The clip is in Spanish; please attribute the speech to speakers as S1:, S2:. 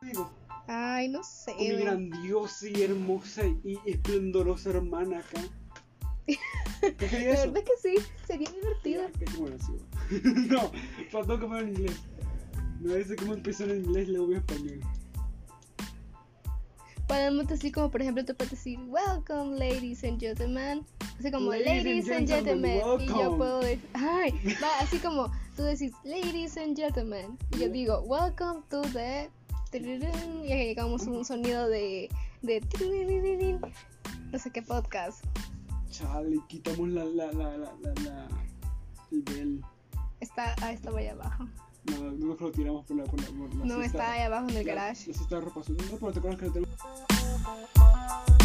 S1: contigo.
S2: Ay, no sé.
S1: Con mi
S2: güey.
S1: grandiosa y hermosa y esplendorosa hermana acá. ¿Qué
S2: La
S1: sería eso?
S2: verdad es que sí, sería divertido.
S1: Ya, qué bueno, sí, bueno. no, faltó como en inglés. Me parece como empezó en inglés luego en español.
S2: Podemos decir como por ejemplo tú puedes decir Welcome ladies and gentlemen Así como
S1: Ladies and
S2: ladies and
S1: gentlemen,
S2: gentlemen Y yo
S1: welcome.
S2: puedo decir Ay, va, así como tú decís ladies and gentlemen Y yo
S1: Ya.
S2: digo welcome to the tirirun", Y ahí llegamos un sonido de De tiririririn, No sé qué podcast
S1: Chale, quitamos la, la, la, la, la, la- el bel.
S2: Está, ah, estaba ahí abajo
S1: No, no lo tiramos por la, por la, por la
S2: No,
S1: cesta.
S2: está ahí abajo en el
S1: La-
S2: garage
S1: La cesta de ropa. No, pero te acuerdas que la tenemos.